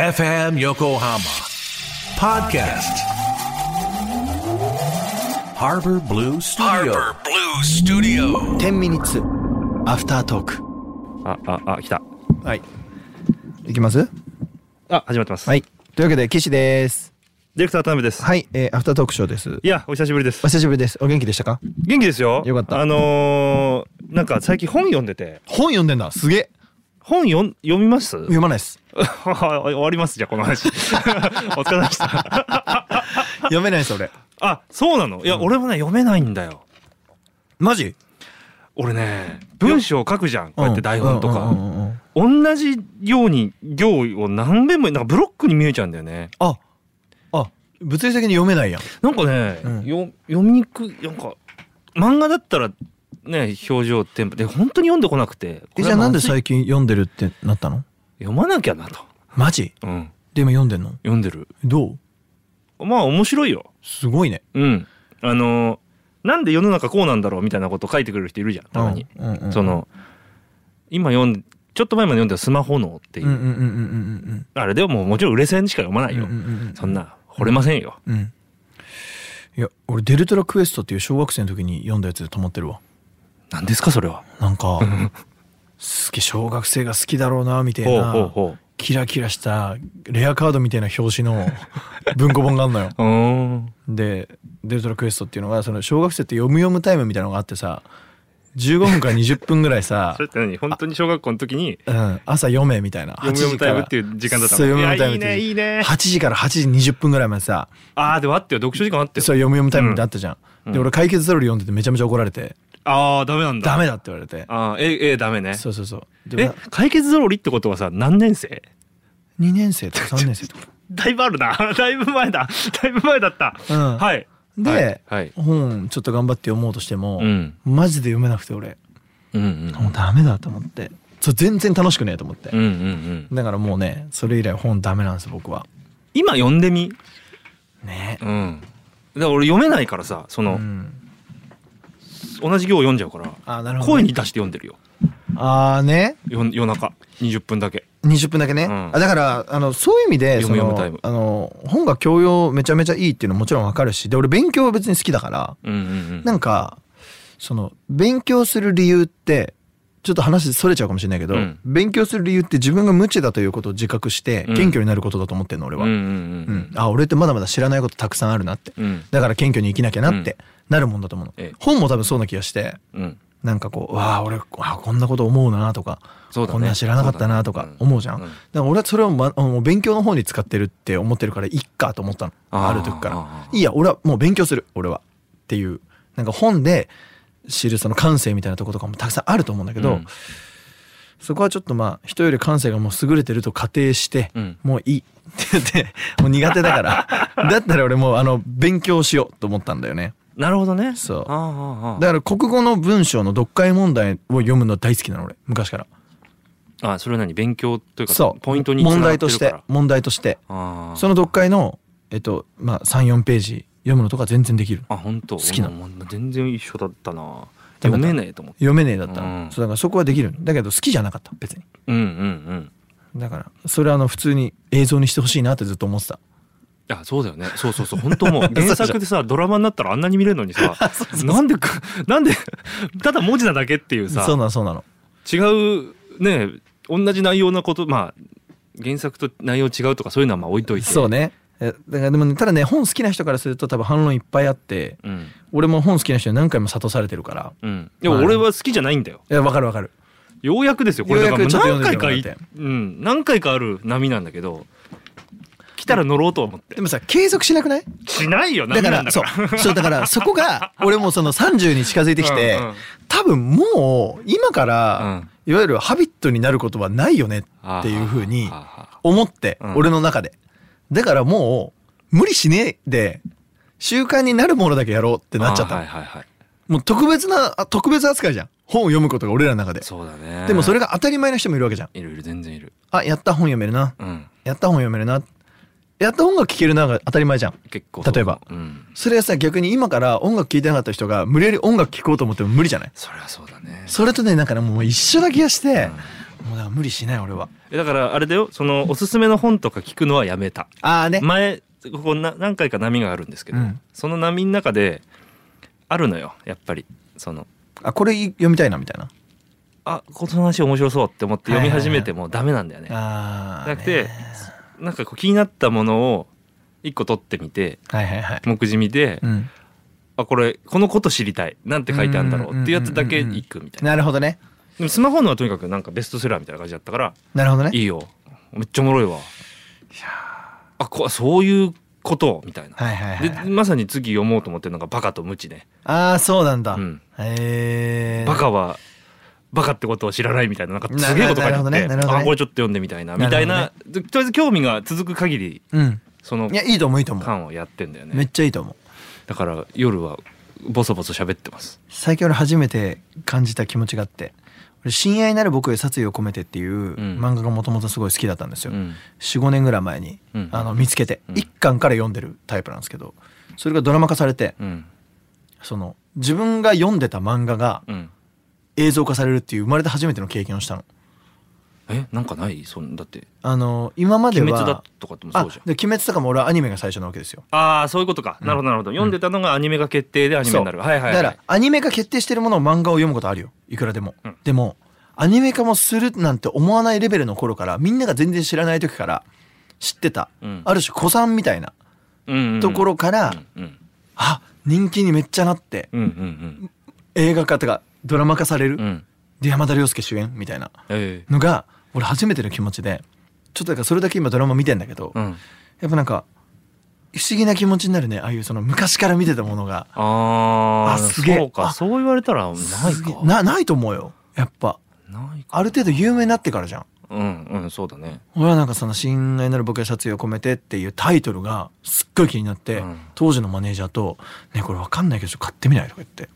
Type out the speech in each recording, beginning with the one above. FM Yokohama Podcast Harbor Blue Studio 10ミニッツアフタートークあ、あ、あ、来た。はいいきますあ、始まってます。はいというわけで岸ですディレクター田辺です。はい、えー、アフタートークショーですいや、お久しぶりですお。久しぶりですお元気でしたか元気ですよ。よかったあのー、なんか最近本読んでて、本読んでんだすげえ本読ん読みます読まないです 終わります、じゃあこの話。お 疲れ様で した。読めないです俺あ、そうなのいや、俺もね、読めないんだよ。マジ俺ね、文章を書くじゃん。こうやって台本とうんうんか。うんうんうん同じように行を何遍も、なんかブロックに見えちゃうんだよね。ああ物理的に読めないやんなんかね、うんよ読みにくいなんか漫画だったらね表情テンポで本当に読んでこなくてこえれじはゃあなんでまずい最近読んでるってなったの読まなきゃなと、マジうん、で今読んでんの読んでるどうまあ面白いよすごいねうんあのなんで世の中こうなんだろうみたいなこと書いてくれる人いるじゃんたまに、うんうんうんその今読んちょっと前まで読んでた「スマホの」っていう、うんうんうんうんあれでももうもちろん売れ線しか読まなうんうんいうよ、んうんそんな惚れませんようんうんいや俺デルトラクエストっていう小学生の時に読んだやつで止まってるわ何ですかそれはなんかすげえ小学生が好きだろうなみたいほうほうなほキラキラしたレアカードみたいな表紙の文庫本があん のよ。ううーんで「デルトラクエスト」っていうのがその小学生って読む読むタイムみたいなのがあってさ15分から20分ぐらいさ それって何本当に小学校の時にうん、朝読めみたいな読む読むタイムっていう時間だったのそう読む読むタイムっていやいいねいいね8時から8時20分ぐらいまでさああでもあってよ読書時間あってよそう読む読むタイムってあったじゃん、うんで俺解決ゼロリ読んでてめちゃめちゃ怒られてああダメなん「だダメだ」って言われてああええダメねそうそうそうでえ解決ぞろりってことはさ何年生2年生とか3年生 とかだいぶあるなだいぶ前だだいぶ前だった、うんはいで、はいはい本ちょっと頑張って読もうとしても、うんマジで読めなくて俺うんうんもうダメだと思ってそう全然楽しくねえと思って、うんうんうんだからもうねそれ以来本ダメなんです僕は今読んでみねうんだから俺読めないからさその、うん同じ行を読んじゃうからあなるほど声ね、に出して読んでるよああねよ夜中20分だけ20分だけね、うんあだからあのそういう意味でそ読むの読むタあの本が教養めちゃめちゃいいっていうのももちろんわかるしで俺勉強は別に好きだからうんうんうんなんかその勉強する理由ってちょっと話それちゃうかもしれないけど、うん勉強する理由って自分が無知だということを自覚してうん謙虚になることだと思ってんの俺は、うんうんううんんあ俺ってまだまだ知らないことたくさんあるなってうんだから謙虚に生きなきゃなっうてなるもんだと思うの、ええ本も多分そうな気がしてうんなんかこうわあ俺あこんなこと思うなとか、そうだねこんな知らなかったなとか思うじゃん、そだだねから俺はそれを、ま、もう勉強の方に使ってるって思ってるからいっかと思ったのあーある時かあらーいいや俺はもう勉強する俺はっていうなんか本で知るその感性みたいなとことかもたくさんあると思うんだけど、うんそこはちょっとまあ人より感性がもう優れてると仮定して、うんもういい って言ってもう苦手だからだったら俺もうあの勉強しようと思ったんだよねなるほどねそうあーあーあーだから国語の文章の読解問題を読むの大好きなの俺昔からあそれは何勉強というかそうポイントに問題としてあ問題としてあーその読解のえっとまあ34ページ読むのとか全然できるあ本当好きな俺ももう全然一緒だったなダメだ読めねえと思って読めねえだったら、うんそうだからそこはできるだけど好きじゃなかった別にうんうんうんだからそれはあの普通に映像にしてほしいなってずっと思ってたあそうだよねそうそうそう本 当もう原作でさドラマになったらあんなに見れるのにさなんでかなんでただ文字なだけっていうさそうなのそうなの違うね同じ内容なことまあ原作と内容違うとかそういうのはまあ置いといてそうねえだからでもねただね本好きな人からすると多分反論いっぱいあってうん俺も本好きな人に何回も諭されてるからうんでも俺は好きじゃないんだよいやわかるわかるようやくですよこれだからようやくちょっともう何読ん回でかみいてもらってうん何回かある波なんだけど来たら乗ろうと思ってでもさ継続しなくないしないよだ波かなんらだそからうそうだからそこ が俺もその30に近づいてきてうんうん多分もう今からいわゆるハビットになることはないよねっていうふうにあー思ってうん俺の中でだからもう無理しねえで習慣になるものだけやろうってなっちゃっあーはいたはいはいもう特別なあ特別扱いじゃん本を読むことが俺らの中でそうだねでもそれが当たり前の人もいるわけじゃんいるいる全然いるあやった本読めるなうんやった本読めるなやった本が聴けるなが当たり前じゃん結構そう例えばうんそれはさ逆に今から音楽聴いてなかった人が無理やり音楽聴こうと思っても無理じゃないそれはそうだねそれとねなんかねもう一緒な気がして、もうだから無理しない俺はえだからあれだよそのおすすめの本とか聞くのはやめたああね前ここな何回か波があるんですけど、うんその波の中であるのよやっぱりそのあこれ読みたいなみたいなあこの話面白そうって思って読み始めてもダメなんだよね。ああなくてなんかこう気になったものを一個取ってみてはいはいはい目次見て、うんあこれこのこと知りたいなんて書いてあるんだろうっていうやつだけ行くみたいな。なるほどねでもスマホのはとにかくなんかベストセラーみたいな感じだったからなるほどねいいよめっちゃおもろいわ。あこそういうことみたいな。はいはいはいではいまさに次読もうと思ってるのが「バカと無知ね」ああそうなんだ、うんへえバカはバカってことを知らないみたいななんかすげえこと書いてあななって、なるほどねなるほどねあこれちょっと読んでみたいなみたいななるとりあえず興味が続く限りうんそのいやいいと思ういいと思う感をやってんだよめっねちゃいいと思うだから夜はボソボソ喋ってます最近俺初めて感じた気持ちがあって俺「親愛なる僕へ殺意を込めて」っていう漫画がもともとすごい好きだったんですよ、うん45年ぐらい前に、うんあの見つけて、うん一巻から読んでるタイプなんですけどそれがドラマ化されて、うんその自分が読んでた漫画がうん映像化されるっていう生まれて初めての経験をしたの。えなんかないそんだってあの今ま「鬼では滅」だとかってもそうじゃあで鬼滅とかも俺はアニメが最初なわけですよ。んああそういうことか、なるほどなるほど読んでたのがアニメが決定でアニメになるはいはい、はだい、からアニメ化決定してるものを漫画を読むことあるよいくらでも、うんでもアニメ化もするなんて思わないレベルの頃からみんなが全然知らない時から知ってた、うんある種古参みたいなうんうんうんところから、うんうんあ人気にめっちゃなってうんうん映画化とかドラマ化される、うんうんで山田涼介主演みたいなええのが俺初めての気持ちでちょっとだからそれだけ今ドラマ見てんだけど、うんやっぱなんか不思議な気持ちになるねああいうその昔から見てたものがあああすげえそうあかそう言われたらないすげえかなないと思うよやっぱないかある程度有名になってからじゃんうんうんそうだね俺はなんかその「親愛なる僕へ殺意を込めて」っていうタイトルがすっごい気になって、うん当時のマネージャーと「ねこれわかんないけどちょっと買ってみない?」とか言って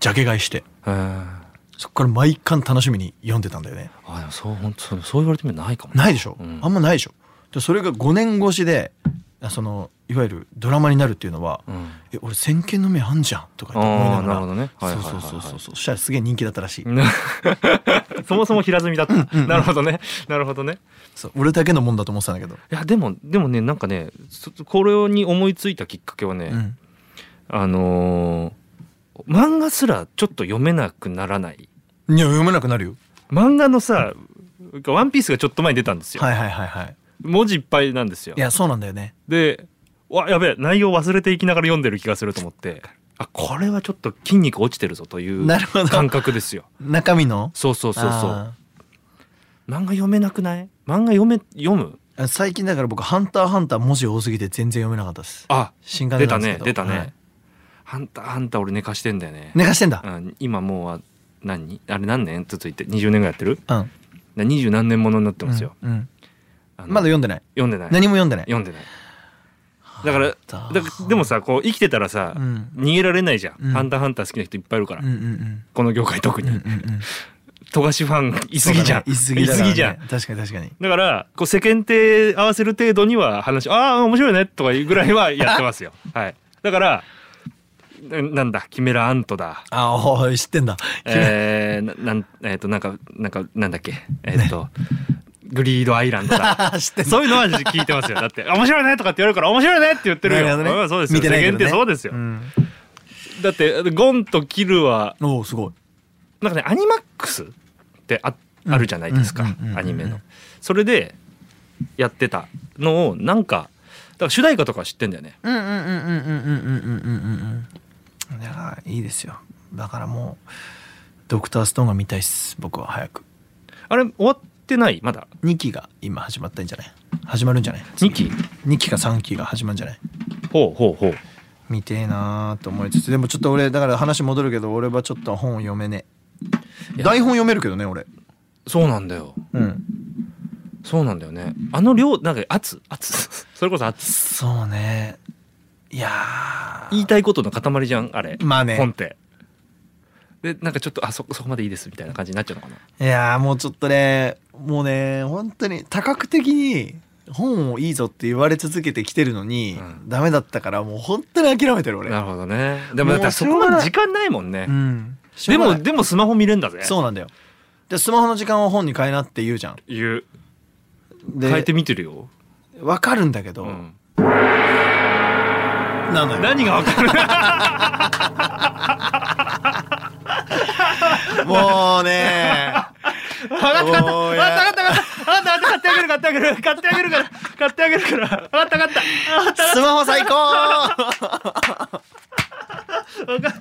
ジャケ買いしてへえそっから毎巻楽しみに読んでたんだよねあでもそう本当そうそう言われてみればないかもないでしょ、うんあんまないでしょでそれが5年越しであそのいわゆるドラマになるっていうのは「うんえ俺先見の目あんじゃん」とか言って思いながらあーなるほどねはいはいはいはいそうそうそうそうそしたらすげえ人気だったらしい、 そもそも平積みだった なるほどねなるほどねそう俺だけのもんだと思ってたんだけど、いやでもでもねなんかねそこれに思いついたきっかけはね、うんあのー漫画すらちょっと読めなくならないいや読めなくなるよ漫画のさ「ワンピースがちょっと前に出たんですよ、はいはいはいはい文字いっぱいなんですよいやそうなんだよねでうわやべえ内容忘れていきながら読んでる気がすると思ってあこれはちょっと筋肉落ちてるぞというなるほど感覚ですよ中身のそうそうそうそうあ漫画読めなくない漫画読め読むー最近だから僕「ハンターハンター」文字多すぎて全然読めなかったですあ新刊出たんですけねど出たね、はいハンターハンター俺寝かしてんだよね寝かしてんだうん今もうは何あれ何年ずっと言って20年ぐらいやってるうんな20何年ものになってますよ、うんうんあのまだ読んでない読んでない何も読んでない読んでないだからだターからでもさこう生きてたらさ、うん逃げられないじゃん、うんハンターハンター好きな人いっぱいいるかうら、んうんうんこの業界特に、うんうんうん富樫ファンいすぎじゃん、いすぎだからねいじゃん確かに確かにだからこう世間体合わせる程度には話ああ面白いねとかいうぐらいはやってま すよはいだからななんだキメラアントだあーおい知ってんだえー、ななんえっ、となんかなんかなんだっけえっ、と、グリードアイラン ドだあ知ってんだそういうのは聞いてますよだって面白いねとかって言われるから面白いねって言ってるよなるほどねうんそうですよ、見てないけ世どね間体そうですよ、うんだってゴンとキルはおおすごいなんかねアニマックスってああるじゃないですうかんうんうんうんアニメの。それでやってたのをなんかだから主題歌とかは知ってんだよね。うんうんうんうんうんうんうんうんうんうんいやーいいですよだからもうドクターストーンが見たいっす僕は早くあれ終わってないまだ2期が今始まったんじゃない始まるんじゃない2期2期か3期が始まるんじゃないほうほうほう。見てえなーと思いつつでもちょっと俺だから話戻るけど俺はちょっと本を読めねえいや台本読めるけどね俺そうなんだよ。うんそうなんだよね。あの量なんか圧圧 それこそ圧そうねいや言いたいことの塊じゃんあれ、ーまあ本ねって。でなんかちょっとあそそこまでいいですみたいな感じになっちゃうのかな。いやーもうちょっとねもうね本当に多角的に本をいいぞって言われ続けてきてるのに、うんダメだったからもう本当に諦めてる俺なるほどね。でももうだからそこまで時間ないもんねう。んでしょうもがないでもスマホ見れんだぜ。そうなんだよでスマホの時間を本に変えなって言うじゃんいうで変えてみてるよ、わかるんだけど、うん、なのよ何がわかるもう ねわかったわかったおーわやかったわかったわかったわかった買ってあげる買ってあげる買ってあげるから買ってあげるからわかったわかったわかったスマホ最高 わか